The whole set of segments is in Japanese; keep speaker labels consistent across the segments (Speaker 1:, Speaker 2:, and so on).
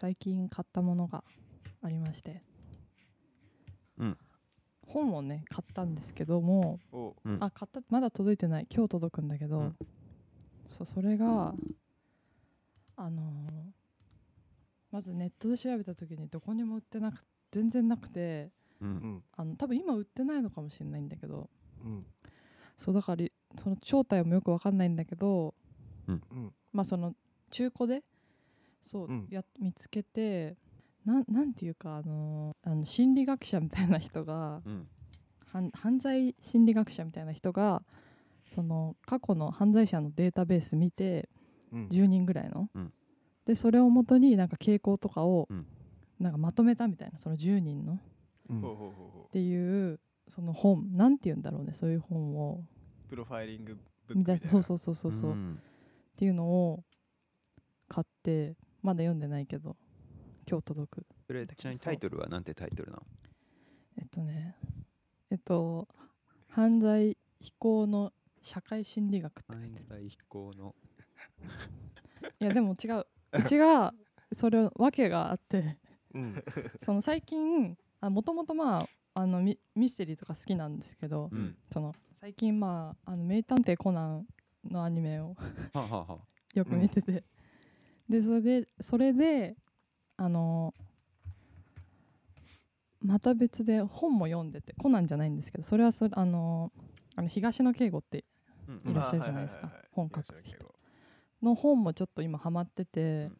Speaker 1: 最近買ったものがありまして、
Speaker 2: うん
Speaker 1: 本をね買ったんですけども、
Speaker 3: お
Speaker 2: うん
Speaker 1: あ買ったまだ届いてない今日届くんだけど、
Speaker 2: うん
Speaker 1: そうそれがあのーまずネットで調べた時にどこにも売ってなく全然なくて
Speaker 2: う
Speaker 3: うんん
Speaker 1: あの多分今売ってないのかもしれないんだけど
Speaker 3: うん
Speaker 1: そうだからその正体もよくわかんないんだけど
Speaker 3: うん
Speaker 1: まあその中古でそう、
Speaker 3: うん
Speaker 1: や見つけてなんなんていうかあのーあの心理学者みたいな人が
Speaker 2: うん
Speaker 1: 犯犯罪心理学者みたいな人がその過去の犯罪者のデータベース見て
Speaker 3: うん
Speaker 1: 10人ぐらいの、
Speaker 2: うん
Speaker 1: でそれをもとになんか傾向とかを
Speaker 2: うん
Speaker 1: なんかまとめたみたいなその10人のっ
Speaker 3: ほう
Speaker 2: う
Speaker 3: ほうほうほ
Speaker 1: ていうその本なんて言うんだろうねそういう本を
Speaker 3: うプロファイリングブック
Speaker 1: み
Speaker 3: みた
Speaker 1: た
Speaker 3: い
Speaker 1: い
Speaker 3: な
Speaker 1: そうそうそうそうそう、
Speaker 2: う
Speaker 1: っ
Speaker 2: ん
Speaker 1: ていうのを買ってまだ読んでないけど今日届く
Speaker 2: それちなみにタイトルはなんてタイトルなの
Speaker 1: えっとねえっと犯罪非行の社会心理学って書いてある
Speaker 2: 犯罪飛行の
Speaker 1: いやでも違 ううちがそれわけがあって
Speaker 3: うん
Speaker 1: その最近もともとまああのミミステリーとか好きなんですけど、
Speaker 2: うん
Speaker 1: その最近まあ「あの名探偵コナン」のアニメを
Speaker 2: はあはあはあ
Speaker 1: よく見てて、でそれでそれであのまた別で本も読んでてコナンじゃないんですけどそれはそれあのあの東野圭吾って
Speaker 2: うん
Speaker 1: いらっしゃ るじゃないですか
Speaker 3: あはははは
Speaker 1: 本格
Speaker 3: 東野圭吾
Speaker 1: の本もちょっと今ハマってて、
Speaker 2: うん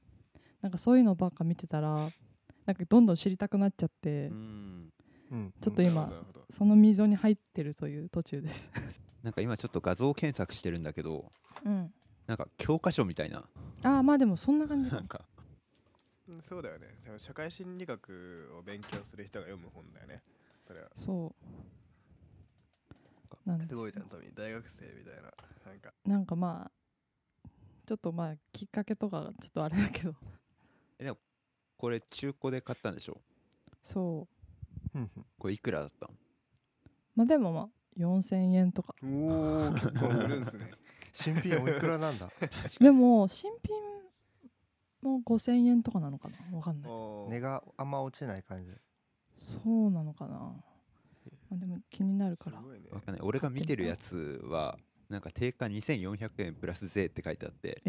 Speaker 1: なんかそういうのばっか見てたらなんかどんどん知りたくなっちゃって、
Speaker 2: うん
Speaker 3: うん
Speaker 1: ちょっと今
Speaker 3: なるほどなるほど
Speaker 1: その溝に入ってるという途中です。
Speaker 2: なんか今ちょっと画像検索してるんだけど
Speaker 1: うん、
Speaker 2: なんか教科書みたい な
Speaker 1: ああまあでもそんな 感じ
Speaker 2: なんか
Speaker 3: うんそうだよね多分社会心理学を勉強する人が読む本だよねそれは
Speaker 1: そうなんです
Speaker 3: すごい
Speaker 1: よ
Speaker 3: ちゃんと大学生みたいななんか
Speaker 1: なんかまあちょっとまあきっかけとかがちょっとあれだけど
Speaker 2: これ中古で買ったんでしょ
Speaker 1: そ
Speaker 2: これいくらだったの
Speaker 1: うまあでもまあ4,000円とか
Speaker 3: おお結構するん ですね
Speaker 4: 新品お いくらなんだ
Speaker 1: でも新品も5,000円とかなのかなわかんない
Speaker 3: お
Speaker 4: 値があんま落ちない感じ
Speaker 1: そうなのかな、まあ、でも気になる
Speaker 3: る
Speaker 1: から
Speaker 3: すごいね
Speaker 2: わかんない俺が見てるやつはなんか定価2400円プラス税って書いてあって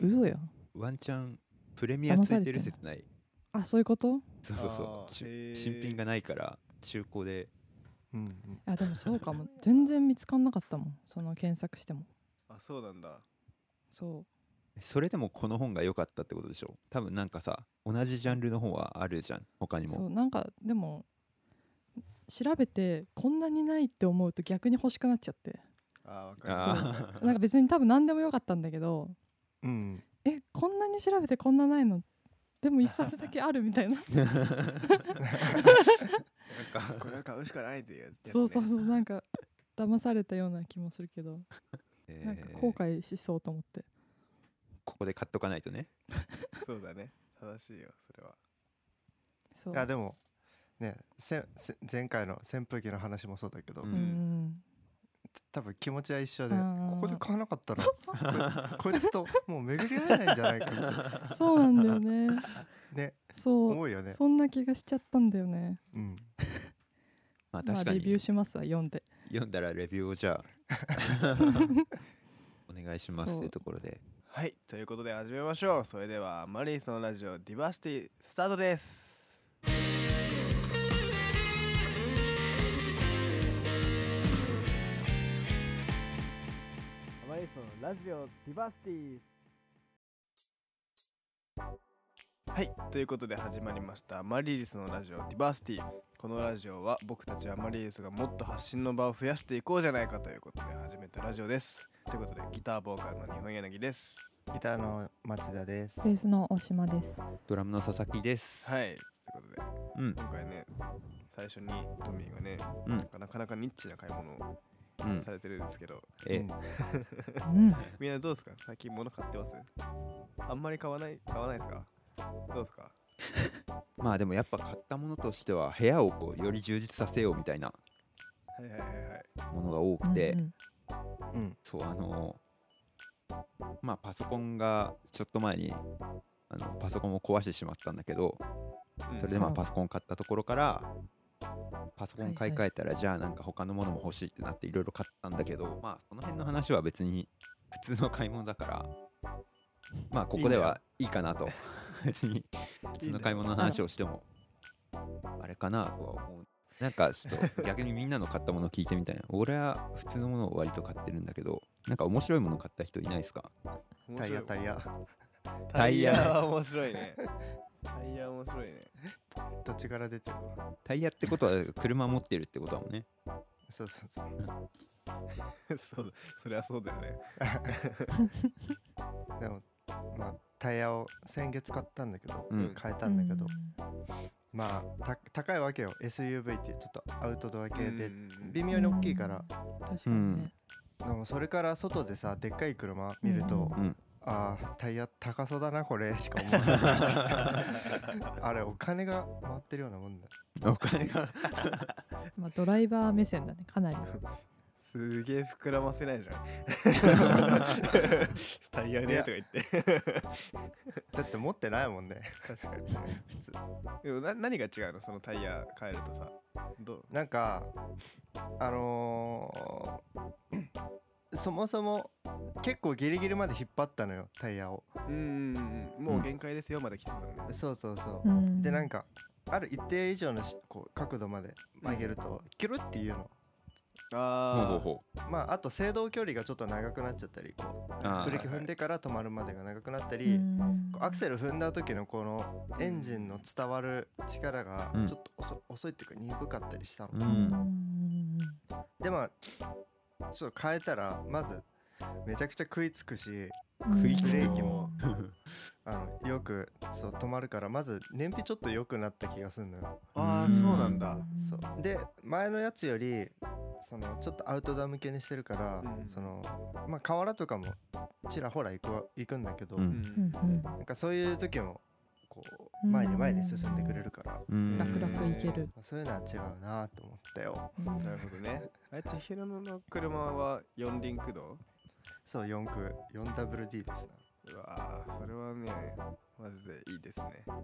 Speaker 1: 嘘や
Speaker 2: ワンチャンプレミアついてる説ない
Speaker 1: あそういうこと
Speaker 2: そうそう
Speaker 3: あ
Speaker 2: そう
Speaker 3: ー
Speaker 2: ちゅ
Speaker 3: へー
Speaker 2: 新品がないから中古で
Speaker 4: うんうん
Speaker 1: あでもそう かも全然見つかんなかったもんその検索しても
Speaker 3: あそうなんだ
Speaker 1: そ
Speaker 2: それでもこの本が良かったってことでしょ多分なんかさ同じジャンルの本はあるじゃん他に
Speaker 1: うそ
Speaker 2: も
Speaker 1: うなんかでも調べてこんなにないって思うと逆に欲しくなっちゃって
Speaker 3: あわかる
Speaker 2: あ
Speaker 1: なんか別に多分何でもよかったんだけど
Speaker 4: うん
Speaker 1: えこんなに調べてこんなないのでも一冊だけあるみたいな
Speaker 3: これは買うしかないっていうやつね
Speaker 1: そうそうそうなんか騙されたような気もするけど
Speaker 2: ー
Speaker 1: なんか
Speaker 2: えー
Speaker 1: 後悔しそうと思って
Speaker 2: ここで買っとかないとね
Speaker 3: そうだね正しいよそれは
Speaker 1: そう
Speaker 4: いやでもねせせ前回の扇風機の話もそうだけど、
Speaker 2: うん
Speaker 1: うん
Speaker 4: 多分気持ちは一緒で
Speaker 1: あー
Speaker 4: ここで買わなかったら
Speaker 1: そうそう
Speaker 4: こいつともう巡り合えないんじゃないかっ
Speaker 1: そうなんだよね
Speaker 4: てね
Speaker 1: そう
Speaker 4: 思うよね
Speaker 1: そんな気がしちゃったんだよね
Speaker 4: うん
Speaker 2: ま
Speaker 1: まあ
Speaker 2: あ確か
Speaker 1: レビュー
Speaker 2: に
Speaker 1: しますわ読んで
Speaker 2: 読んだらレビューを じゃあお願いしますっていうところで
Speaker 3: はいということで始めましょうそれではマリーソンラジオディバーシティスタートですマリーソンラジオディバーシティはいということで始まりましたマリースのラジオディバーシティこのラジオは僕たちはマリースがもっと発信の場を増やしていこうじゃないかということで始めたラジオですということでギターボーカルの日本柳です
Speaker 4: ギターの町田です
Speaker 1: ベースの大島です
Speaker 2: ドラムの佐々木です、
Speaker 3: はいということで
Speaker 2: うん
Speaker 3: 今回ね最初にトミーがね、
Speaker 2: うん
Speaker 3: なんかなかなかニッチな買い物を
Speaker 2: うん
Speaker 3: されてるんですけど、
Speaker 2: え
Speaker 4: うん
Speaker 1: うん
Speaker 3: みんなどうですか最近物買ってますあんまり買わない買わないですかどうですか
Speaker 2: まあでもやっぱ買ったものとしては部屋をこうより充実させようみたいな
Speaker 3: はいはいはいはい
Speaker 2: ものが多くて、
Speaker 1: うん
Speaker 4: うん
Speaker 2: そうあのーまあパソコンがちょっと前にあのパソコンを壊してしまったんだけどそれでまあ
Speaker 1: うん
Speaker 2: パソコン買ったところからパソコン買い
Speaker 1: はいは
Speaker 2: 替えたらじゃあなんか他のものも欲しいってなっていろいろ買ったんだけどまあその辺の話は別に普通の買い物だからまあここではいいかなと 別に普通の買い物の話をしてもあれかなとは思うなんかちょっと逆にみんなの買ったもの聞いてみたいな俺は普通のものを割と買ってるんだけどなんか面白いもの買った人いないですか
Speaker 4: タイヤタイヤ
Speaker 2: タイヤ
Speaker 3: タイヤは面白いねタイヤ面白いね
Speaker 4: どっちから出てる
Speaker 2: タイヤってことは車持ってるってことだもんね
Speaker 4: そうそうそう
Speaker 3: そうそりゃそうだよね
Speaker 4: でもまあタイヤを先月買ったんだけど、
Speaker 2: うん
Speaker 4: 変えたんだけど、まあた高いわけよ SUV っていうちょっとアウトドア系で、微妙に大きいから、
Speaker 1: うん確かにね、
Speaker 4: でもそれから外でさでっかい車見ると、
Speaker 2: うん
Speaker 4: ああタイヤ高そうだなこれしか思わなくなってきたあれお金が回ってるようなもんだ
Speaker 2: お金が
Speaker 1: まあ、ドライバー目線だねかなり
Speaker 3: すげえ膨らませないじゃん タイヤねとか言って
Speaker 4: だって持ってないもんね
Speaker 3: 確かにね普通でもな何が違うのそのタイヤ変えるとさどう
Speaker 4: なんかあのーそもそも結構ギリギリまで引っ張ったのよタイヤを
Speaker 3: うんうんうんもう限界ですよまで来てたのね
Speaker 4: そうそうそう、
Speaker 1: うん
Speaker 4: でなん
Speaker 1: か
Speaker 4: かある一定以上のしこう角度まで曲げるとキュルっていうの
Speaker 2: ほうほう
Speaker 3: あ
Speaker 2: ほう
Speaker 4: まああと制動距離がちょっと長くなっちゃったりこう
Speaker 2: あー
Speaker 4: ブレーキ踏んでから止まるまでが長くなったり、こうアクセル踏んだ時のこのエンジンの伝わる力が
Speaker 2: うん
Speaker 4: ちょっと遅,、遅いっていうか鈍かったりしたの、
Speaker 2: うん
Speaker 4: でまあちょっと変えたらまずめちゃくちゃ食いつくし
Speaker 2: 食いつ
Speaker 4: く
Speaker 1: ブ
Speaker 4: ブ
Speaker 1: レ
Speaker 4: レ
Speaker 1: ー
Speaker 4: ー
Speaker 1: キ
Speaker 4: キ
Speaker 1: も
Speaker 4: もあのよくそう止まるからまず燃費ちょっと良くなった気がするのよ、
Speaker 3: あああそうなんだ
Speaker 4: そうで前のやつよりそのちょっとアウトドア向けにしてるから、
Speaker 3: うん
Speaker 4: そのまあ河原とかもちらほら行くわ行くんだけど、
Speaker 2: う
Speaker 3: うん
Speaker 1: うんうん
Speaker 4: なんかそういう時もこう
Speaker 1: うん
Speaker 4: 前に前に進んでくれるから、
Speaker 2: うん
Speaker 1: 楽々いける、
Speaker 4: そういうのは違うなと思ったよ
Speaker 1: うん
Speaker 3: なるほどねあいつひろのの車は四輪駆動
Speaker 4: そう4区 4WD です
Speaker 3: うわーそれはねマジでいいですね
Speaker 4: な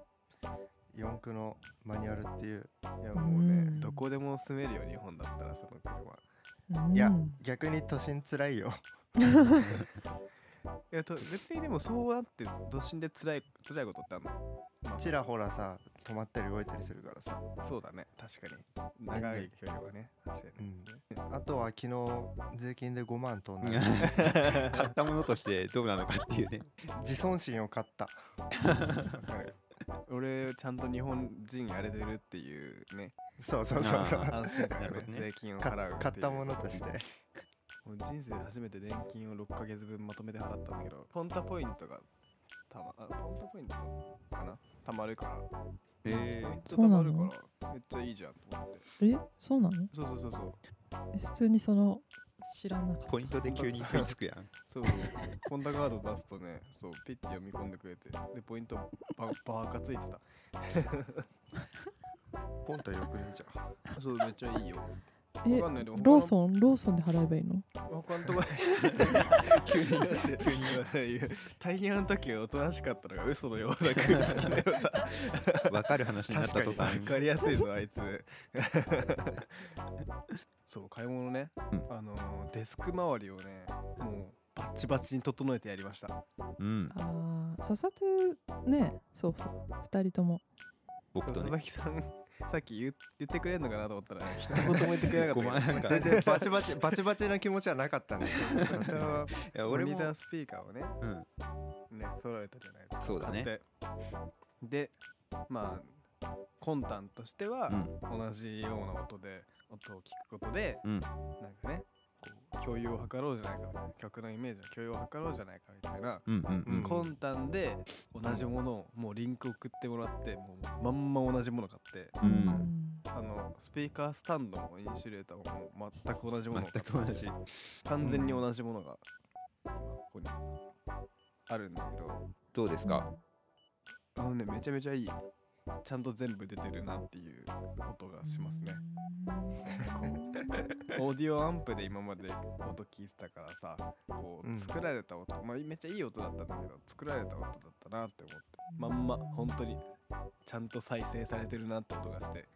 Speaker 4: 4区のマニュアルっていう
Speaker 3: いやもうね、
Speaker 1: うん
Speaker 3: どこでも住めるよ日本だったらその車
Speaker 1: うん
Speaker 4: いや逆に都心つらいよ
Speaker 3: いやと別にでもそうなって都心で辛い辛いことってあんの
Speaker 4: ちらほらさ止まったり動いたりするからさ
Speaker 3: そうだね確かに長い距離はね確かにね、
Speaker 4: あとは昨日税金で5万飛んだ
Speaker 2: 買ったものとしてどうなのかっていうね
Speaker 4: 自尊心を買った
Speaker 3: わかる俺ちゃんと日本人やれてるっていうね
Speaker 4: そうそうそうそう
Speaker 2: あ
Speaker 4: か
Speaker 3: 安心感
Speaker 2: な
Speaker 3: や
Speaker 2: る
Speaker 3: ね
Speaker 2: ほどね
Speaker 3: 税金を払うっていう
Speaker 4: 買ったものとして
Speaker 3: もう人生で初めて年金を6ヶ月分まとめて払ったんだけどポンタポイントがたまあポンタポイントかなたまるから
Speaker 2: え
Speaker 3: ポイントた
Speaker 1: そうな
Speaker 3: ま
Speaker 1: の
Speaker 3: るからめっちゃいいじゃんと思って
Speaker 1: えそうなの
Speaker 3: そうそうそうそう
Speaker 1: え普通にその知らなかった
Speaker 2: ポイントで急に食いつくやん
Speaker 3: そうポンタカード出すとねそうピッて読み込んでくれてでポイントババーカついてた
Speaker 4: ポンとよくねえじゃん
Speaker 3: そうめっちゃいいよ
Speaker 1: え
Speaker 3: わかんないでも他の
Speaker 1: ローソンローソンで払えばいいの
Speaker 3: 他のとこ急に急に言わない大変の時はおとなしかったのが嘘のような空気だよ さ
Speaker 2: わかる話になった途
Speaker 4: 確か
Speaker 2: 端
Speaker 3: 分かりやすいぞあいつ そう買い物ね、
Speaker 2: うん
Speaker 3: あのーデスク周りをねもうバッチバチに整えてやりました
Speaker 2: うん
Speaker 1: ああ笹手ねそうそう二人とも
Speaker 2: 僕
Speaker 3: 佐
Speaker 2: と
Speaker 3: 々
Speaker 2: ね
Speaker 3: 木さんさっき言言ってくれるのかなと思ったら一言も言ってくれなか
Speaker 2: ご
Speaker 3: った
Speaker 2: まなんか
Speaker 4: 全 然バチバチバチバチな気持ちはなかったんだけ
Speaker 3: 佐々木さんはい
Speaker 2: や
Speaker 3: モ
Speaker 2: 俺
Speaker 3: ニ
Speaker 2: も
Speaker 3: タースピーカーをね
Speaker 2: うん
Speaker 3: ね揃えたじゃないですか
Speaker 2: そうだね
Speaker 3: 買ってでまあ魂胆としては
Speaker 2: う、
Speaker 3: 同じような音で音を聞くことで、
Speaker 2: うん
Speaker 3: なんかねこう共有を図ろうじゃないかみたいな曲のイメージの共有を図ろうじゃないかみたいな、
Speaker 2: んうんうん
Speaker 4: うん
Speaker 3: 魂胆で同じものをもうリンク送ってもらってもうまんま同じもの買って
Speaker 2: う
Speaker 1: うんん
Speaker 3: あのスピーカースタンドもインシュレーターももう全く同じものを
Speaker 2: 全
Speaker 3: 買って
Speaker 2: く同じ
Speaker 3: 完全に同じものが今ここにあるんだけど
Speaker 2: どうですか
Speaker 3: あのねめちゃめちゃいいちゃんと全部出てるなっていう音がしますねオーディオアンプで今まで音聞いてたからさこ
Speaker 4: う
Speaker 3: うん作られた音、まあ、めっちゃいい音だったんだけど作られた音だったなって思ってまんま本当にちゃんと再生されてるなって音がして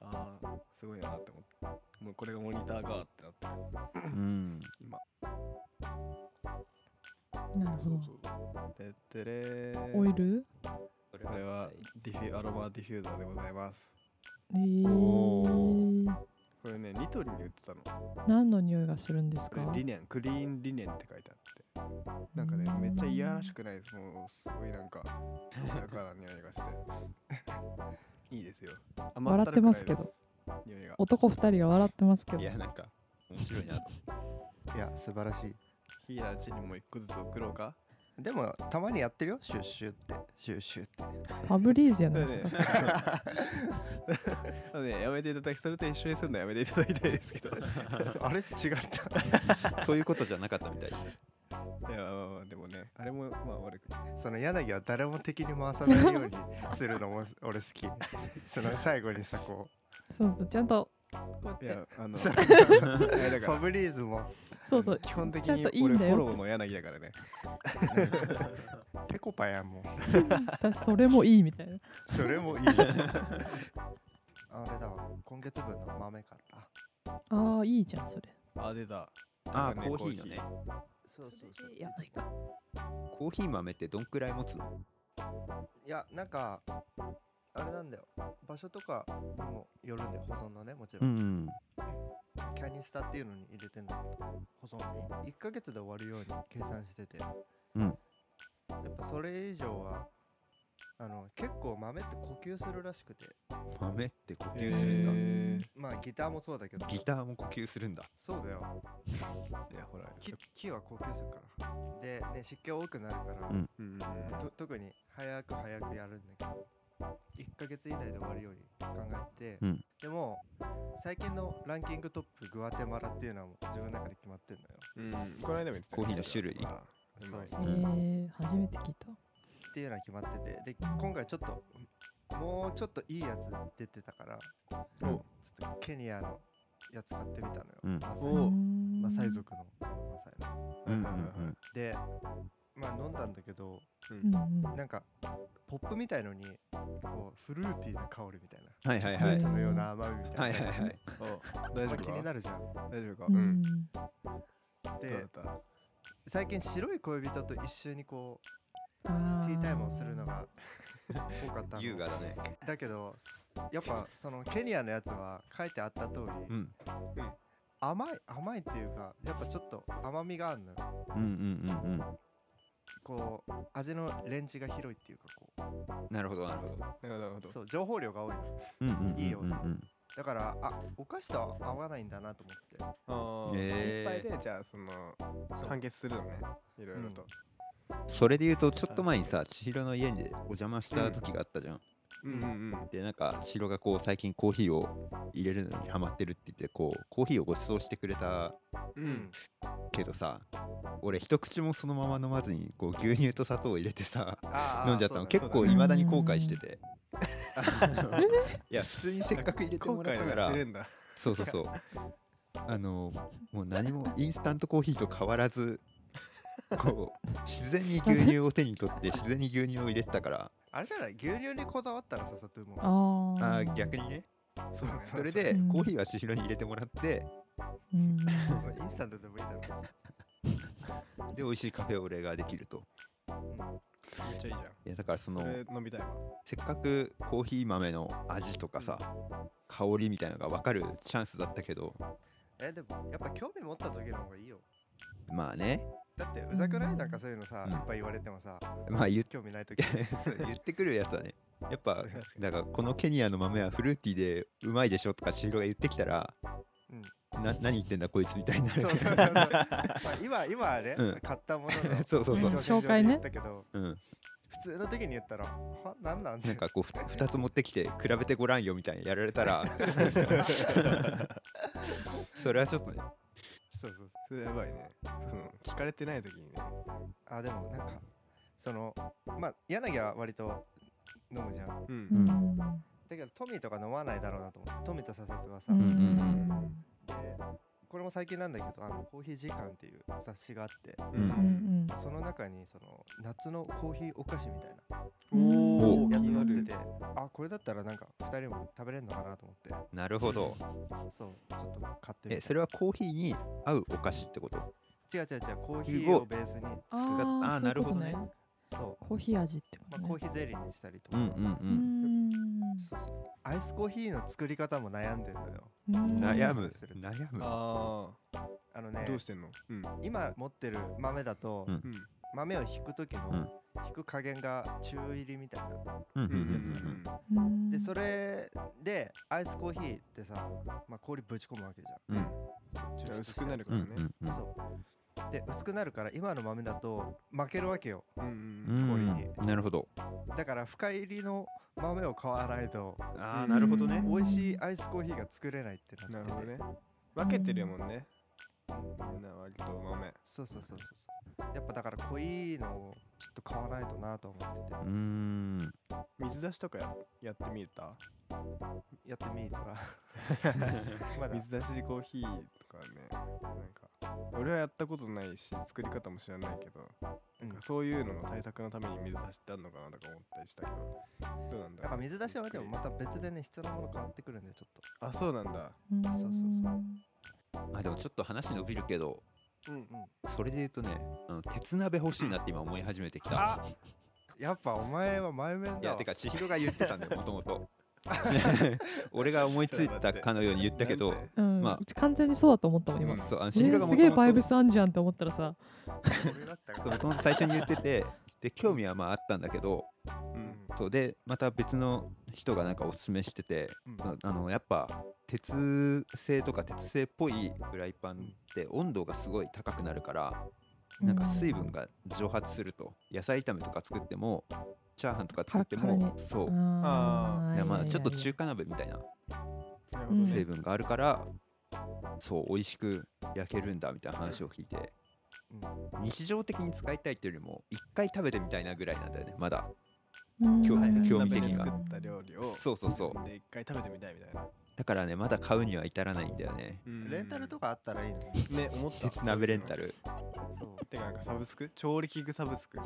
Speaker 3: ああすごいなって思ってもうこれがモニターかってなって
Speaker 2: うん
Speaker 3: 今
Speaker 1: うんなるほ
Speaker 3: そう
Speaker 1: ど
Speaker 3: そうてってれー
Speaker 1: オイル
Speaker 3: これはディフュアロマディフューザーでございます
Speaker 1: えー
Speaker 4: お
Speaker 3: これねニトリに売ってたの
Speaker 1: 何の匂いがするんです
Speaker 3: こ
Speaker 1: か
Speaker 3: れリネンクリーンリネンって書いてあってなんかねめっちゃいやらしくないですもうすごいなんか爽やかな匂いがして いいですよ甘
Speaker 1: 笑
Speaker 3: た
Speaker 1: って
Speaker 3: るくらい
Speaker 1: ますけど
Speaker 3: です匂いが
Speaker 1: 男二人が笑ってますけど
Speaker 2: いやなんか面白いなと
Speaker 4: いや素晴らしい
Speaker 3: ヒーラーチにも一個ずつ送ろうか
Speaker 4: でもたまにやってるよシュッシュってシュッシュって
Speaker 1: ファブリーズじゃな
Speaker 3: だ
Speaker 1: い で
Speaker 3: か
Speaker 1: す
Speaker 3: ら
Speaker 1: か
Speaker 3: ねあのねやめていただきそれと一緒にするのやめていただきたいですけどいや
Speaker 4: あれ違った
Speaker 2: そういうことじゃなかったみたい
Speaker 3: まあまあでもねあれもまあ悪くない
Speaker 4: その柳は誰も敵に回さないようにするのも俺好きその最後にさこ
Speaker 1: そうそうちゃんとこう
Speaker 3: い
Speaker 1: やって
Speaker 3: や あの
Speaker 4: うそう
Speaker 3: あれだ
Speaker 4: フ
Speaker 3: から
Speaker 4: ァブリーズも
Speaker 1: そうそう
Speaker 3: 基本的
Speaker 1: ちゃん
Speaker 3: に
Speaker 1: といいん
Speaker 3: 俺フ
Speaker 1: だよ
Speaker 3: ォローの柳だからね
Speaker 4: ペコパやんもん
Speaker 1: 私それもいいみたい な
Speaker 4: それもいいあれだわ今月分の豆買った
Speaker 1: ああいいじゃんそれ
Speaker 3: あ出た
Speaker 2: あ
Speaker 3: なん
Speaker 2: ー
Speaker 3: かね
Speaker 2: コーヒーのね
Speaker 4: そうそうそう
Speaker 1: やないか
Speaker 2: コーヒー豆ってどんくらい持つの
Speaker 4: いやなんかあれなんだよ場所とかにもよるんで保存のねもちろん、
Speaker 2: ん
Speaker 4: キャニスタっていうのに入れてんだけど保存に1ヶ月で終わるように計算してて、
Speaker 2: うん
Speaker 4: やっぱそれ以上はあの結構豆って呼吸するらしくて
Speaker 2: 豆って呼
Speaker 3: へ
Speaker 2: 吸するんだ、
Speaker 3: え
Speaker 4: まあギターもそうだけど
Speaker 2: ギターも呼吸するんだ
Speaker 4: そうだよ
Speaker 3: いやほら
Speaker 4: 木木は呼吸するからで、ね、湿気多くなるから、
Speaker 2: うん
Speaker 3: うんうん
Speaker 4: と特に早く早くやるんだけど1ヶ月以内で終わるように考えて、
Speaker 2: うん
Speaker 4: でも最近のランキングトップグアテマラっていうのはもう自分の中で決まってんのよ
Speaker 3: うんこの間も言ってた
Speaker 2: コーヒーの種類
Speaker 3: ほらう
Speaker 4: そう
Speaker 3: まい
Speaker 1: えー、初めて聞いた
Speaker 4: っていうのは決まっててで今回ちょっともうちょっといいやつ出てたからち
Speaker 2: うん
Speaker 4: ょっとケニアのやつ買ってみたのよ、
Speaker 2: うん
Speaker 4: マサイ
Speaker 3: おう
Speaker 4: マ
Speaker 1: マ
Speaker 4: サイ族のマサイの
Speaker 2: うんうん
Speaker 4: でまあ飲んだんだけど
Speaker 1: うんうん
Speaker 4: なんかポップみたいのにこうフルーティーな香りみたいな
Speaker 2: はいはい
Speaker 4: キ
Speaker 2: は
Speaker 4: ャ
Speaker 2: い
Speaker 4: ベツのような甘みみたいな、
Speaker 2: はいはいはい
Speaker 3: お大丈夫
Speaker 4: まあ
Speaker 3: か
Speaker 4: 気になるじゃん
Speaker 3: 大丈夫か
Speaker 1: う
Speaker 3: うんんどう
Speaker 4: で
Speaker 3: だっ
Speaker 4: 最近白い恋人と一緒にこ
Speaker 1: あ
Speaker 4: う
Speaker 1: ー
Speaker 4: ティータイムをする のが多かった
Speaker 2: 優雅
Speaker 4: の
Speaker 2: だね
Speaker 4: だけどすやっぱそのケニアのやつは書いてあった通
Speaker 2: う
Speaker 4: り
Speaker 2: ん
Speaker 4: 甘い甘いっていうかやっぱちょっと甘みがあるのよ
Speaker 2: うんうんうん
Speaker 4: こう味のレンジが広いっていうかこ
Speaker 2: うんなるほどなるほど
Speaker 3: たなるほど
Speaker 4: うそう情報量が多いの
Speaker 2: うんうんうんうんうん
Speaker 4: いいよだからあお菓子と合わないんだなと思って
Speaker 3: ああ
Speaker 2: へ
Speaker 3: いっぱ
Speaker 2: ー
Speaker 3: いでじゃあその
Speaker 4: そう
Speaker 3: 完結するのねいろいろと
Speaker 2: それで言うとちょっと前にさ千尋の家にお邪魔した時があったじゃん、
Speaker 3: うんうんうん
Speaker 2: でなんか千尋がこう最近コーヒーを入れるのにハマってるって言ってこうコーヒーをご馳走してくれた
Speaker 3: うん
Speaker 2: けどさ俺一口もそのまま飲まずにこう牛乳と砂糖を入れてさ
Speaker 4: あー
Speaker 2: 飲んじゃったの
Speaker 4: そうだね
Speaker 2: 結構いまだに後悔してて いや普通にせっかく入れて
Speaker 3: 今
Speaker 2: もらっ
Speaker 3: 回
Speaker 2: たか
Speaker 3: はし
Speaker 2: ら
Speaker 3: てるんだ
Speaker 2: そうそうそうあのもう何もインスタントコーヒーと変わらずこう自然に牛乳を手に取って自然に牛乳を入れてたから
Speaker 4: あれじゃない牛乳にこだわったらささともう
Speaker 1: あ
Speaker 2: あ
Speaker 1: ー
Speaker 2: ー逆にね
Speaker 4: そうね
Speaker 2: それで
Speaker 1: うん
Speaker 2: コーヒーは千尋に入れてもらって
Speaker 1: うん
Speaker 4: そうインスタントでもいいだろ
Speaker 2: で美味しいカフェオレができると
Speaker 3: めっちゃいいじゃん
Speaker 2: いやだからその
Speaker 3: それ飲みたいわ
Speaker 2: せっかくコーヒー豆の味とかさ香りみたいなのが分かるチャンスだったけど
Speaker 4: えでもやっぱ興味持った時の方がいいよ
Speaker 2: まあね
Speaker 4: だってうざくな
Speaker 1: う
Speaker 4: い
Speaker 1: ん
Speaker 4: なんかそういうのさ、
Speaker 2: うん
Speaker 4: いっぱい言われてもさ
Speaker 2: まあ言っ
Speaker 4: 興味な い時
Speaker 2: そう言ってくるやつはねやっぱ
Speaker 3: 確かに
Speaker 2: だからこのケニアの豆はフルーティーでうまいでしょとか千尋が言ってきたら、な何言ってんだこいつみたいになる
Speaker 4: そうそうそうそう、まあ、今今あれ、
Speaker 2: うん
Speaker 4: 買ったもの の
Speaker 2: そうそうそう
Speaker 4: 条
Speaker 1: ん
Speaker 4: 件
Speaker 1: 紹介ね
Speaker 4: 上で言ったけど
Speaker 2: うん、
Speaker 4: 普通の時に言ったらはなんなん
Speaker 2: なんかこうふ2つ持ってきて比べてごらんよみたいなやられたら それはちょっとね
Speaker 4: そうそうそ
Speaker 3: それやばいねその聞かれてない時にね
Speaker 4: うあでもなんかそのまあ柳は割と飲むじゃん
Speaker 3: う
Speaker 1: うんん
Speaker 4: だけどトミーとか飲まないだろうなと思ってトミーとササとは
Speaker 1: う
Speaker 4: さ、
Speaker 1: ん
Speaker 4: でこれも最近なんだけどあのコーヒー時間っていう雑誌があって
Speaker 3: う
Speaker 1: うんん
Speaker 4: その中にその夏のコーヒーお菓子みたいな
Speaker 1: うん
Speaker 3: お
Speaker 1: お
Speaker 3: お
Speaker 4: やつ
Speaker 3: 気にな
Speaker 4: 載っ
Speaker 3: る
Speaker 4: ててあこれだったらなんか2人も食べれるのかなと思って
Speaker 2: なるほど。
Speaker 4: そうちょっと買ってみ
Speaker 2: え、
Speaker 4: た
Speaker 2: それはコーヒーに合うお菓子ってこと
Speaker 4: 違う違う違うコーヒーをベースに
Speaker 1: あ
Speaker 2: 作った
Speaker 1: ー
Speaker 2: あー
Speaker 1: そういうこと
Speaker 2: なるほど
Speaker 4: そ
Speaker 1: コーヒー味ってこと
Speaker 4: う、まあ、
Speaker 1: ね
Speaker 4: コーヒーゼリーにしたりと
Speaker 2: う
Speaker 4: か、
Speaker 2: んうん
Speaker 4: そうそうアイスコーヒーの作り方も悩んでるのよ
Speaker 1: うん
Speaker 2: うん。悩む
Speaker 4: する、
Speaker 2: 悩む。
Speaker 3: あ
Speaker 4: あの
Speaker 3: あ
Speaker 4: ね
Speaker 3: どうしてんのうん
Speaker 4: 今持ってる豆だと、
Speaker 2: うん
Speaker 3: うん
Speaker 4: 豆を引く時の、
Speaker 2: うん
Speaker 4: 引く加減が中入りみたいな
Speaker 2: うんうん
Speaker 3: う
Speaker 2: うん
Speaker 3: うんん
Speaker 1: うん
Speaker 4: でそれでアイスコーヒーってさ、まあ、氷ぶち込むわけじゃ
Speaker 2: うんうん
Speaker 4: ん
Speaker 3: じゃあ薄くなるか
Speaker 2: う
Speaker 3: ら
Speaker 2: ん
Speaker 3: ね
Speaker 2: うんうん
Speaker 4: そうで薄くなるから今の豆だと負けるわけよ
Speaker 3: うんう
Speaker 2: うんん
Speaker 4: 氷
Speaker 2: なるほど。
Speaker 4: だから深入りの豆を買わないと
Speaker 2: あ
Speaker 3: う
Speaker 2: あ、
Speaker 3: ん
Speaker 2: なるほどね。
Speaker 4: 美味しいアイスコーヒーが作れないってなってて
Speaker 3: なるほどね分けてるもんねみんな割と豆
Speaker 4: そうそうそうそうそうやっぱだから濃いのをちょっと買わないとなと思って
Speaker 2: うーん。
Speaker 3: 水出しとかややってみた
Speaker 4: てやってみ るとかまだ
Speaker 3: 水出しコーヒーとかねなんか俺はやったことないし作り方も知らないけど、
Speaker 4: うん
Speaker 3: なんかそういうのの対策のために水出しってあるのかなとか思ったりしたけどどうなんだ
Speaker 4: だ
Speaker 3: ろ
Speaker 4: か
Speaker 3: う
Speaker 4: ら水出しはでもまた別でね必要なもの変わってくるんでちょっと
Speaker 3: あそうなんだ
Speaker 1: うん
Speaker 4: そうそうそう
Speaker 2: まあでもちょっと話伸びるけど、
Speaker 3: うん
Speaker 2: それで言うとね、あの鉄鍋欲しいなって今思い始めてきた。
Speaker 4: やっぱお前は前面
Speaker 2: い
Speaker 4: だ
Speaker 2: や、
Speaker 4: わ
Speaker 2: てか千尋が言ってたんだ よ、もともと。俺が思いついたかのように言ったけど、
Speaker 1: うん
Speaker 2: まあ
Speaker 1: うち完全にそうだと思ったもん今
Speaker 3: うん
Speaker 2: そう、あの
Speaker 1: え
Speaker 2: 千尋が
Speaker 1: ー
Speaker 2: も
Speaker 1: す
Speaker 2: と
Speaker 1: げえバイ
Speaker 2: も
Speaker 1: ブ
Speaker 2: と
Speaker 1: スあんじゃんと思ったらさ
Speaker 4: 俺だったか
Speaker 2: も
Speaker 4: ら
Speaker 2: ともと最初に言ってて、で、興味はまああったんだけど、
Speaker 3: うん
Speaker 2: そうで、また別の人がなんかおすすめしてて、
Speaker 4: うん
Speaker 2: ああのやっぱ鉄製とか鉄製っぽいフライパンって温度がすごい高くなるからなんか水分が蒸発すると野菜炒めとか作ってもチャーハンとか作って
Speaker 1: カラカラ
Speaker 2: もそううん
Speaker 3: あ
Speaker 1: ー
Speaker 2: いやま
Speaker 1: い
Speaker 2: あ
Speaker 1: いいい
Speaker 2: ちょっと中華鍋みたいな
Speaker 3: なるほどね
Speaker 2: 成分があるからそう美味しく焼けるんだみたいな話を聞いて
Speaker 4: うん
Speaker 2: 日常的に使いたいっていうよりも一回食べてみたいなぐらいなんだよねまだ
Speaker 1: うん
Speaker 2: 興
Speaker 4: 味
Speaker 2: 興味的
Speaker 3: に
Speaker 2: には
Speaker 3: 作った料理を
Speaker 2: そうそうそう
Speaker 3: で一回食べてみたいみたいな、
Speaker 2: だからねまだ買うには至らないんだよね
Speaker 4: レンタルと
Speaker 3: か
Speaker 4: かあったらいいのに
Speaker 3: ね思った
Speaker 2: 鉄鍋レンタル
Speaker 4: そう
Speaker 3: てかなんかサブスク調理器具サブスク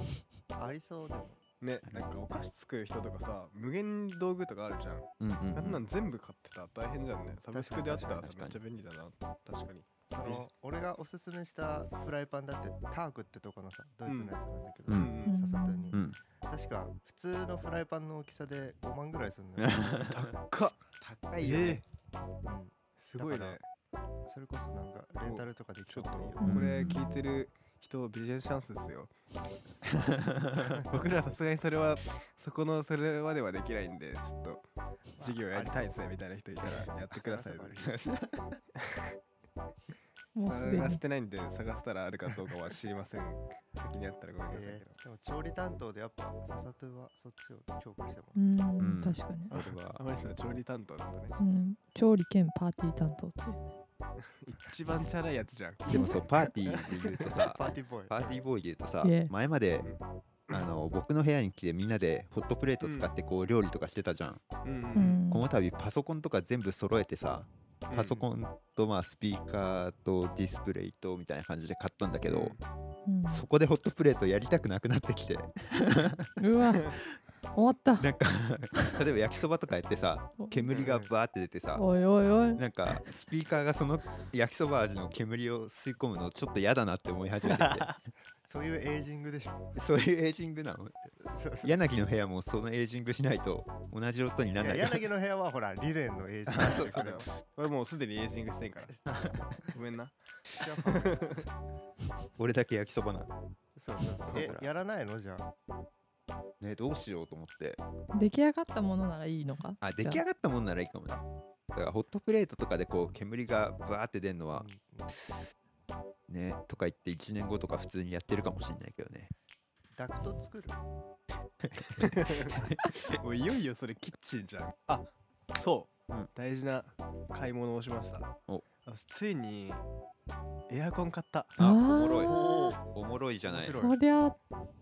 Speaker 4: ありそうでも
Speaker 3: ねなんかお菓子作る人とかさ無限道具とかあるじゃん
Speaker 2: うんうん
Speaker 3: あん
Speaker 2: う
Speaker 3: なんん全部買ってたら大変じゃんね。サブスクであったらさ
Speaker 2: 確か
Speaker 3: めっ
Speaker 2: に
Speaker 3: ちゃ便利だな。確かに。
Speaker 4: その俺がおすすめしたフライパンだってタークってとこのさドイツのやつなんだけど、
Speaker 2: うん
Speaker 1: うん
Speaker 4: ささとに、
Speaker 2: うん
Speaker 4: 確か普通のフライパンの大きさで5万ぐらいするんだよ、
Speaker 2: 高っ高いよね、
Speaker 3: ええ
Speaker 4: うん
Speaker 3: すごいね。
Speaker 4: それこそなんかレンタルとかでき
Speaker 3: ちょ
Speaker 4: る
Speaker 3: っ
Speaker 4: と
Speaker 3: と
Speaker 4: いいよ
Speaker 2: うん
Speaker 3: これ聞いてる人ビジネスチャンスですよ。僕らさすがにそれはそこのそれまではできないんでちょっと授業やりたいですねみたいな人いたらやってください。
Speaker 1: もうすでに
Speaker 3: 探してないんで探したらあるかどうかは知りません。先にあったらごめんなさい
Speaker 4: えーでも調理担当でやっぱささとはそっちを強化しても
Speaker 1: う
Speaker 4: ら
Speaker 2: うん
Speaker 1: ん確かに
Speaker 2: 俺
Speaker 3: けど。
Speaker 2: は
Speaker 3: あまりさん調理担当なんだね。
Speaker 1: うん調理兼パーティー担当っていう
Speaker 3: 一番チャラいやつじゃん。
Speaker 2: でもそうパーティーで言うとさ
Speaker 4: うパーティーボーイ
Speaker 2: パーティーボーイで言うとさ
Speaker 1: Yeah
Speaker 2: 前まで
Speaker 3: うん
Speaker 2: あの僕の部屋に来てみんなでホットプレート使ってこう料理とかしてたじゃん、
Speaker 3: う
Speaker 1: う
Speaker 3: んうん
Speaker 1: ん
Speaker 2: この度パソコンとか全部揃えてさ
Speaker 3: うん
Speaker 2: パソコンとまあスピーカーとディスプレイとみたいな感じで買ったんだけど、
Speaker 1: うん
Speaker 2: そこでホットプレートやりたくなくなってきて
Speaker 1: うわ終わった
Speaker 2: なんか 例えば焼きそばとかやってさ煙がバーって出てさ
Speaker 1: おいおいおい
Speaker 2: なんかスピーカーがその焼きそば味の煙を吸い込むのちょっと嫌だなって思い始めてきて
Speaker 4: そういうエイジングでしょ
Speaker 2: そういうエイジングなの
Speaker 4: そうそう
Speaker 2: 柳の部屋もそのエイジングしないと同じ音にならないい
Speaker 4: や柳の部屋はほら理念のエイジング
Speaker 3: そう
Speaker 4: だか
Speaker 3: それ
Speaker 4: ら
Speaker 3: は俺もうすでにエイジングしてんからごめんな
Speaker 2: 俺だけ焼きそばな
Speaker 4: そうそうそうえ
Speaker 2: だから
Speaker 4: やらないのじゃあ
Speaker 2: ねどうしようと思って
Speaker 1: 出来上がったものならいいのか
Speaker 2: あ出来
Speaker 1: じゃ
Speaker 2: 上がったもんならいいかもなだからホットプレートとかでこう煙がバーって出るのは
Speaker 4: うん
Speaker 2: ねとか言って1年後とか普通にやってるかもしんないけどね
Speaker 4: ダクト作る
Speaker 3: もういよいよそれキッチンじゃんあそう、
Speaker 2: うん
Speaker 3: 大事な買い物をしました
Speaker 2: お
Speaker 3: あついにエアコン買った
Speaker 2: あ
Speaker 1: あ
Speaker 2: お
Speaker 1: ー
Speaker 2: もろいおもろいじゃない
Speaker 3: 面白い
Speaker 1: そりゃ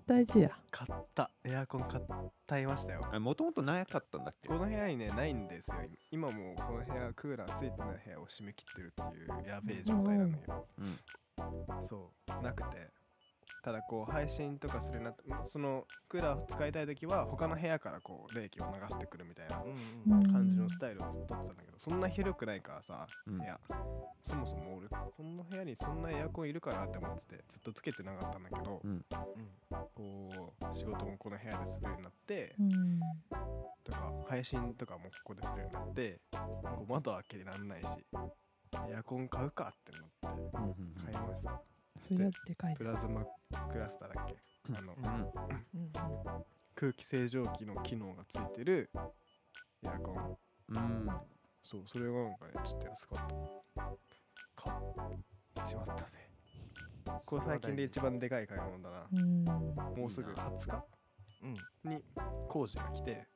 Speaker 1: 大事や
Speaker 3: 買ったエアコン買ったいましたよ
Speaker 2: もともとなかったんだっけ
Speaker 3: この部屋にねないんですよ今今もうこの部屋クーラーついてない部屋を締め切ってるっていうやべえ状態なんだけど、
Speaker 2: うん
Speaker 3: そうなくてただこう配信とかするなってそのクーラー使いたい時は他の部屋からこう冷気を流してくるみたいな
Speaker 1: うん
Speaker 3: 感じのスタイルを取ってたんだけどそんな広くないからさ、
Speaker 2: うん
Speaker 3: 部屋そもそも俺こんな部屋にそんなエアコンいるかなって思っててずっとつけてなかったんだけど、
Speaker 2: うん
Speaker 3: こう仕事もこの部屋でするようになって、
Speaker 1: うん
Speaker 3: とか配信とかもここでするようになってこう窓開けらんないしエアコン買うかってなって
Speaker 2: うんうん
Speaker 3: 買いました、
Speaker 1: そりゃでかい
Speaker 3: プラズマクラスターだっけあの
Speaker 2: うんうん
Speaker 1: うん
Speaker 3: 空気清浄機の機能がついてるエアコン
Speaker 2: うん
Speaker 3: そうそれがなんかねちょっと安かった買っちまったぜこれ最近で一番でかい買い物だな
Speaker 1: うん
Speaker 3: もうすぐ
Speaker 2: いいな
Speaker 3: 20日
Speaker 4: うん
Speaker 3: に工事が来て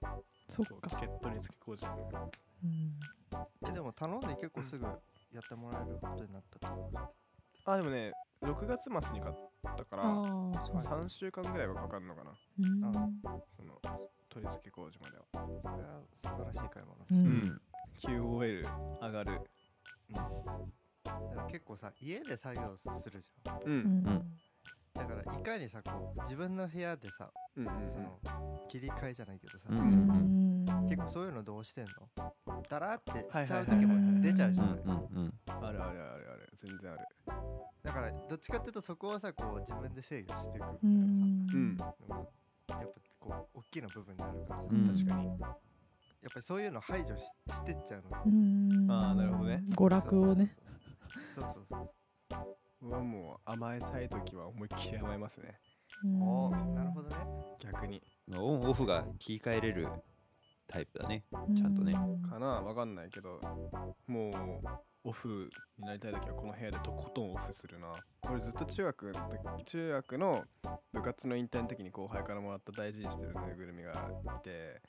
Speaker 1: そっ
Speaker 3: そうチ
Speaker 1: か
Speaker 3: ケットにつき工事が来る
Speaker 1: うん
Speaker 4: えでも頼んで結構すぐやってもらえることになったと思う
Speaker 3: あでもね6月末に買ったから
Speaker 1: ああそう
Speaker 3: 3週間ぐらいはかかるのかな
Speaker 1: うん
Speaker 3: その取り付け工事までは
Speaker 4: それは素晴らしい買い物
Speaker 1: う
Speaker 4: です、
Speaker 2: うんん
Speaker 3: QOL 上がる
Speaker 4: だから結構さ家で作業するじゃん
Speaker 3: う
Speaker 1: うんん
Speaker 4: だからいかにさこう自分の部屋でさ、
Speaker 3: うんうん
Speaker 4: その切り替えじゃないけどさ、
Speaker 2: うん
Speaker 1: うん
Speaker 4: 結構そういうのどうしてんのだらってしちゃう
Speaker 3: はいはい
Speaker 4: 時
Speaker 1: はいはい
Speaker 4: も出ちゃうじ
Speaker 2: う
Speaker 4: ゃ
Speaker 2: ん
Speaker 4: ない、
Speaker 2: うんうん
Speaker 3: あるあるあるある全然ある
Speaker 4: だからどっちかっていうとそこはさこう自分で制御していく
Speaker 1: う
Speaker 4: みた
Speaker 1: ん
Speaker 4: いなさ、
Speaker 3: うん
Speaker 4: でもやっぱこう大きな部分になるからさ、
Speaker 2: うん
Speaker 4: やっ
Speaker 3: 確かに
Speaker 4: ぱりそういうの排除ししてっちゃうの
Speaker 1: うん
Speaker 3: あーなるほどね
Speaker 1: 娯楽をね
Speaker 4: そうそうそうそう
Speaker 3: うわもう甘えたい時は思いっきり甘えますね
Speaker 4: そうお
Speaker 1: う
Speaker 4: ー
Speaker 1: ん
Speaker 4: なるほどね
Speaker 3: 逆に
Speaker 2: オンオフが切り替えれるタイプだねちゃんとね
Speaker 1: う
Speaker 3: かなわかんないけどもうオフになりたい時はこの部屋でとことんオフするな俺ずっと中学の時中学の部活の引退の時に後輩からもらった大事にしてるぬいぐるみがいて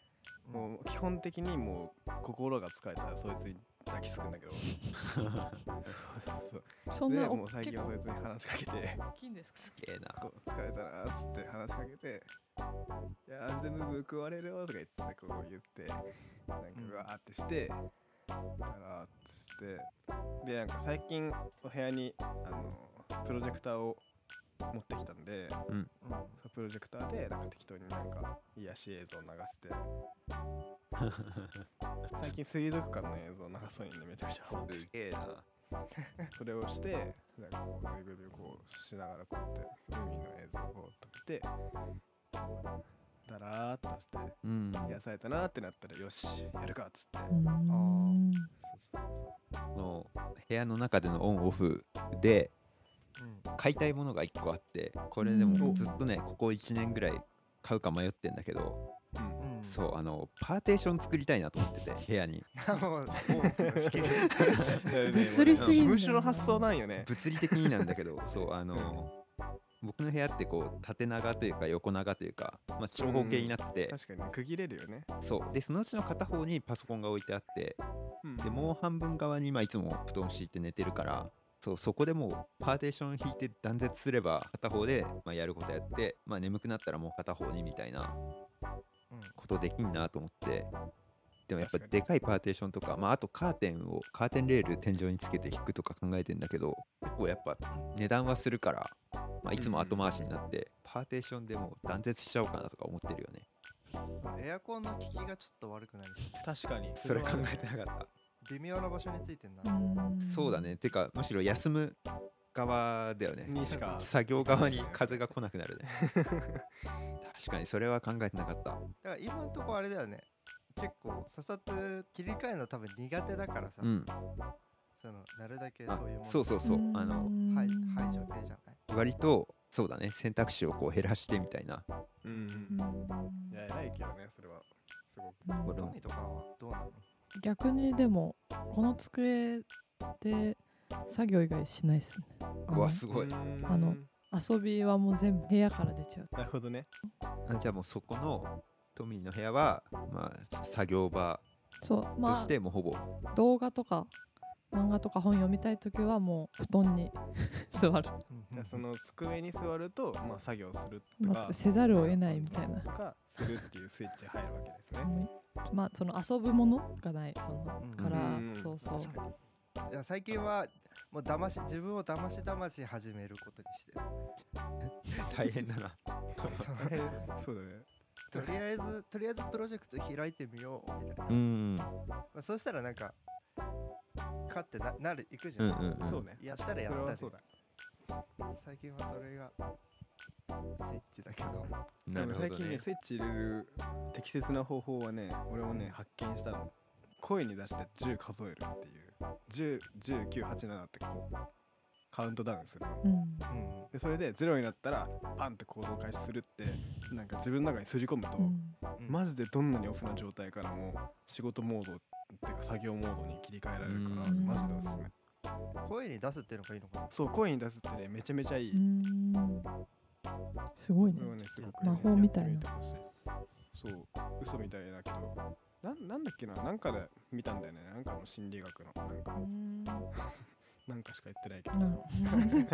Speaker 3: もう基本的にもう心が疲れたらそいつに抱きつくん だけどそうそうそうん
Speaker 1: そん
Speaker 3: で
Speaker 1: な
Speaker 3: も
Speaker 1: お
Speaker 3: う最
Speaker 1: 結
Speaker 3: 近は
Speaker 1: 構
Speaker 3: そいつに話しかけて
Speaker 1: 大きいんですか
Speaker 2: すげえな
Speaker 3: こう疲れたなっつって話しかけて「いやー全部報われるよ」とか言ってこう言ってなんか
Speaker 4: うん
Speaker 3: うわーってしてだらーっとしてでなんか最近お部屋にあのプロジェクターを持ってきたんでそ
Speaker 4: うんうん
Speaker 3: のプロジェクターでなんか適当になんか癒し映像流して 最近水族館の映像流すのにねめちゃくちゃハマってる
Speaker 2: すげえな
Speaker 3: それをしてなんかこうぬいぐるみをこうしながらこうやって海の映像を撮ってこうだらーっとして
Speaker 2: うん
Speaker 3: 癒されたなってなったらよしやるかっつって
Speaker 1: うん
Speaker 3: そうそうそ
Speaker 2: の部屋の中でのオンオフで
Speaker 4: うん
Speaker 2: 買いたいものが1個あってこれで
Speaker 1: う
Speaker 2: も
Speaker 1: ん
Speaker 2: ずっとねここ1年ぐらい買うか迷ってんだけど
Speaker 4: うん
Speaker 2: そうあのパーテーション作りたいなと思ってて部屋に
Speaker 4: もう多くの仕切り
Speaker 3: うだよね
Speaker 1: 物理すぎんだよ
Speaker 3: 事
Speaker 1: な
Speaker 3: 務所の発想なんよね
Speaker 2: 物理的になんだけど そうあの僕の部屋ってこう縦長というか横長というか、まあ、長方形になってて
Speaker 3: 確かにね区切れるよね
Speaker 2: そうでそのうちの片方にパソコンが置いてあってでもう半分側に今いつも布団敷いて寝てるからそうそこでもうパーテーション引いて断絶すれば片方で、まあ、やることやって、まあ、眠くなったらもう片方にみたいな
Speaker 4: うん
Speaker 2: ことできんなと思ってでもやっぱ
Speaker 3: 確かに
Speaker 2: でかいパーテーションとか、まあ、あとカーテンをカーテンレール天井につけて引くとか考えてんだけど結構やっぱ値段はするから、まあ、いつも後回しになって、パーテーションでもう断絶しちゃおうかなとか思ってるよね
Speaker 4: エアコンの効きがちょっと悪くなりそう
Speaker 3: 確かに
Speaker 2: それ考
Speaker 3: はね
Speaker 2: えてなかった
Speaker 4: 微妙な場所についてんな、
Speaker 1: うん
Speaker 2: そうだねてかむしろ休む側だよね
Speaker 3: にしか
Speaker 2: 作業側に風が来なくなるね確かにそれは考えてなかった
Speaker 4: だから今のところあれだよね結構ささっと切り替えるの多分苦手だからさ、
Speaker 2: うん
Speaker 4: そのなるだけ
Speaker 2: あ
Speaker 4: そういうもの
Speaker 2: そうそうそうあの
Speaker 1: ん
Speaker 4: はい排除系じゃない
Speaker 2: 割とそうだね選択肢をこう減らしてみたいな
Speaker 3: う
Speaker 1: うん
Speaker 3: んいや偉いけどねそれはすごく
Speaker 1: うん
Speaker 2: 俺
Speaker 4: ト
Speaker 2: も
Speaker 4: ミーとかはどうなの
Speaker 1: 逆にでもこの机で作業以外しないっすねあ
Speaker 2: う
Speaker 1: の
Speaker 2: わすごい
Speaker 1: あの遊びはもう全部部屋から出ちゃう
Speaker 3: なるほどね
Speaker 2: あじゃあもうそこのトミーの部屋はまあ作業場
Speaker 1: そう
Speaker 2: と
Speaker 1: ま
Speaker 2: してもうほぼ
Speaker 1: あ動画とか漫画とか本読みたい時はもう布団に 座る
Speaker 3: じゃあその机に座ると、まあ、作業すると
Speaker 1: ま
Speaker 3: か
Speaker 1: あせざるを得ないみたいな
Speaker 3: とかするっていうスイッチ入るわけですね。
Speaker 1: うんまあその遊ぶものがないその
Speaker 4: うん
Speaker 1: か
Speaker 3: う
Speaker 1: ら
Speaker 3: ん
Speaker 1: そうそう
Speaker 3: 確かに
Speaker 4: いや最近はもう騙し自分を騙し騙し始めることにしてる
Speaker 2: 大変だな。
Speaker 4: そう
Speaker 3: そうだね。
Speaker 4: とりあえずとりあえずプロジェクト開いてみようみたいな、
Speaker 2: うん。
Speaker 4: まあ、そうしたらなんか勝ってななるいくじゃ、
Speaker 2: うんんうんうん。
Speaker 3: そうね。
Speaker 4: やったらや
Speaker 3: それ
Speaker 4: った
Speaker 3: は
Speaker 4: で
Speaker 3: そうだ。
Speaker 4: 最近はそれがスイッチだけど
Speaker 3: で
Speaker 2: なるほ
Speaker 3: も
Speaker 2: ど
Speaker 3: 最近ね
Speaker 2: ね。
Speaker 3: スイッチ入れる適切な方法はね俺もね発見したの声に出して10数えるっていう101987ってこうカウントダウンするの
Speaker 1: うん
Speaker 4: うん
Speaker 3: でそれで0になったらパンって行動開始するってなんか自分の中にすり込むと、
Speaker 1: うん
Speaker 3: マジでどんなにオフな状態からも仕事モードっていうか作業モードに切り替えられるから
Speaker 1: うん
Speaker 3: マジでおすすめ
Speaker 4: 声に出すっていうのがいいの かな
Speaker 3: そう声に出すってねめちゃめちゃいい、
Speaker 1: うんすごい
Speaker 3: こ
Speaker 1: ね
Speaker 3: れはねすごく、
Speaker 1: 魔法みたいな
Speaker 3: やってみてほしいそう嘘みたいだけどなんなんだっけななんかで見たんだよねなんかの心理学のなんか
Speaker 1: うんな
Speaker 3: なんかしか言ってないけど
Speaker 1: ん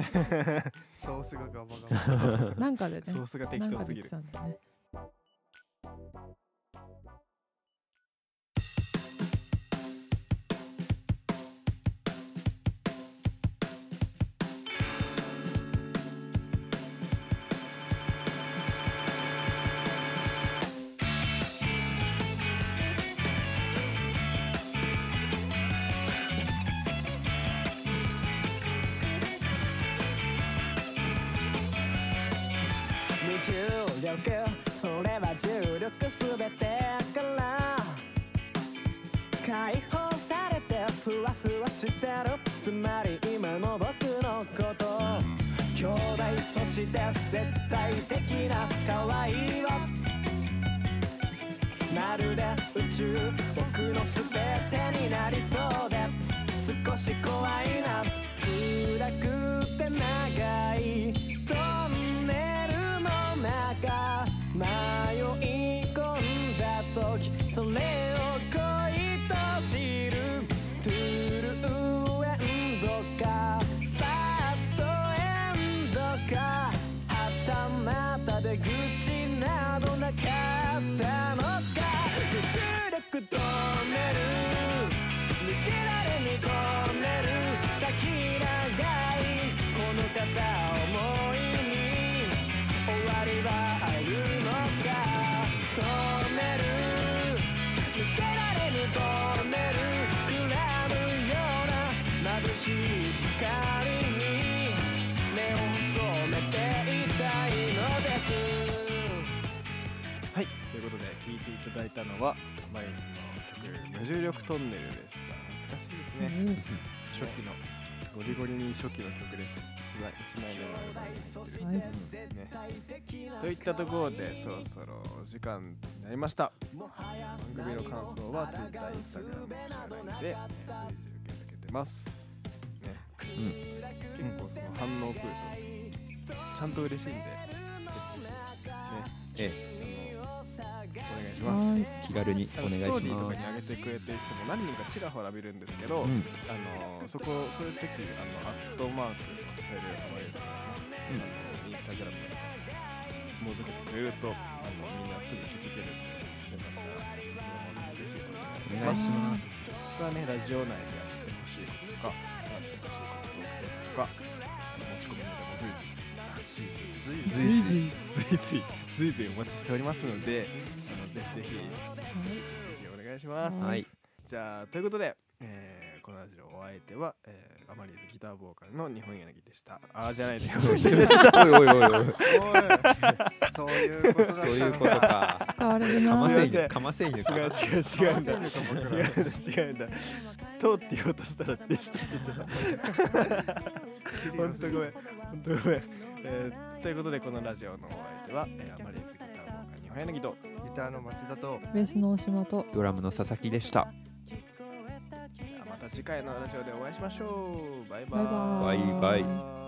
Speaker 4: ソースがガバガバ
Speaker 1: なんかでね
Speaker 3: ソースが適
Speaker 1: なん
Speaker 3: 当
Speaker 1: か
Speaker 3: す
Speaker 1: で
Speaker 3: ぎ
Speaker 1: き
Speaker 3: る
Speaker 1: たんだね
Speaker 5: 重力それは重力すべてから解放されてふわふわしてるつまり今の僕のこと兄弟そして絶対的な可愛いはまるで宇宙僕の全てになりそうで少し怖いな暗くて長いトンネルの中迷い込んだ時それを恋と知るトゥルーエンドかバッドエンドかはたまた出口などなかったのか無重力トンネル抜けられにトンネル先長いこの片思いに終わりはあるのかトンネル抜けられぬトンネルくらむような眩しい光に目を染めていたいのです
Speaker 3: はいということで聴いていただいたのはマリンの曲「無重力トンネル」でした懐かしいですね初期のゴリゴリに初期の曲です一枚一枚目のアルバム
Speaker 1: はい
Speaker 3: ね。といったところでそろそろお時間になりました番組の感想は Twitter、Instagram、LINE で、えー、随時受け付けてます、ね結構その反応来るとちゃんと嬉しいんで、
Speaker 2: ええ
Speaker 3: ね、あのお願いします
Speaker 1: はい
Speaker 2: 気軽に
Speaker 3: あ
Speaker 2: お
Speaker 3: の
Speaker 2: 願い
Speaker 3: ス
Speaker 2: し
Speaker 3: トーリーとか
Speaker 2: ま
Speaker 3: に
Speaker 2: す。
Speaker 3: 上げてくれてる人も何人かちらほら見るんですけど、
Speaker 2: うん
Speaker 3: あのーそこそういう時あのアットマークオフィシャルハワイズのね、あのインスタグラムもずけてくれるとあのみんなすぐ気づけるんでよかったらそちらもぜひお願いし
Speaker 2: お願いします。
Speaker 3: ます僕はねラジオ内でやってほしいこととか話してほしいこととか持ち込みなども随時随時随時随時随時お待ちしておりますのであのぜひぜひぜひお願いします。
Speaker 2: はい。
Speaker 3: じゃあということで、えーこのラジオお相手は、えー、アマリーズギターボーカルの日本柳でしたあーじゃないね
Speaker 2: おいおいおいおい。
Speaker 4: おいそういうことだった
Speaker 2: そう
Speaker 4: の
Speaker 2: いうこと
Speaker 4: か
Speaker 2: か。
Speaker 1: 使われる
Speaker 2: か
Speaker 1: な
Speaker 2: ませ
Speaker 3: い
Speaker 2: んぬかませんぬか。
Speaker 3: 違う違う違うんだ違うんだ違うんだとって言おうとしたらでしたって言っちゃったほんとごめんほんとごめん、えーということでこのラジオのお相手は、えー、アマリーズギターボーカル日本柳と
Speaker 4: ギターの町だと
Speaker 1: ベースの大島と
Speaker 2: ドラムの佐々木でした。
Speaker 3: また次回のラジオでお会いしましょうバイバ
Speaker 1: バイバ
Speaker 2: イバイ
Speaker 3: バイ